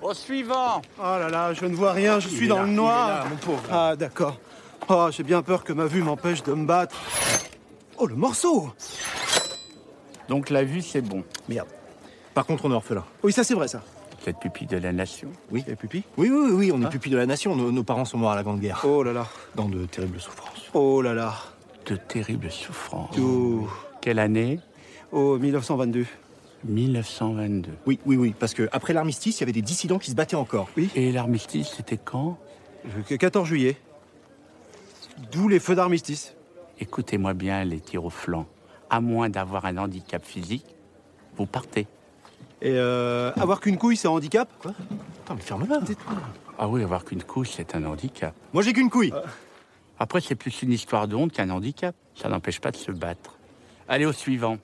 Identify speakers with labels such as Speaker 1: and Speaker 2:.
Speaker 1: Au suivant.
Speaker 2: Oh là là, je ne vois rien, je suis dans le noir. Ah d'accord. Oh, j'ai bien peur que ma vue m'empêche de me battre. Oh, le morceau
Speaker 1: Donc la vue, c'est bon.
Speaker 2: Merde.
Speaker 3: Par contre, on est orphelin.
Speaker 2: Oui, ça c'est vrai ça.
Speaker 1: Cette pupille de la nation.
Speaker 3: Oui. Et pupille Oui, oui, oui, oui, on est pupille de la nation. Nos, nos parents sont morts à la Grande Guerre.
Speaker 2: Oh là là.
Speaker 3: Dans de terribles souffrances.
Speaker 2: Oh là là.
Speaker 1: De terribles souffrances.
Speaker 2: Oh,
Speaker 1: Quelle année
Speaker 2: oh 1922.
Speaker 1: 1922.
Speaker 3: Oui, oui, oui, parce que après l'armistice, il y avait des dissidents qui se battaient encore.
Speaker 1: Et l'armistice, c'était quand
Speaker 2: Le 14 juillet. D'où les feux d'armistice.
Speaker 1: Écoutez-moi bien, les tirs au flanc. À moins d'avoir un handicap physique, vous partez.
Speaker 2: Et euh, avoir qu'une couille, c'est un handicap
Speaker 3: Quoi Attends, mais ferme-la.
Speaker 1: Ah oui, avoir qu'une couche, c'est un handicap.
Speaker 3: Moi, j'ai qu'une couille.
Speaker 1: Après, c'est plus une histoire de honte qu'un handicap. Ça n'empêche pas de se battre. Allez au suivant.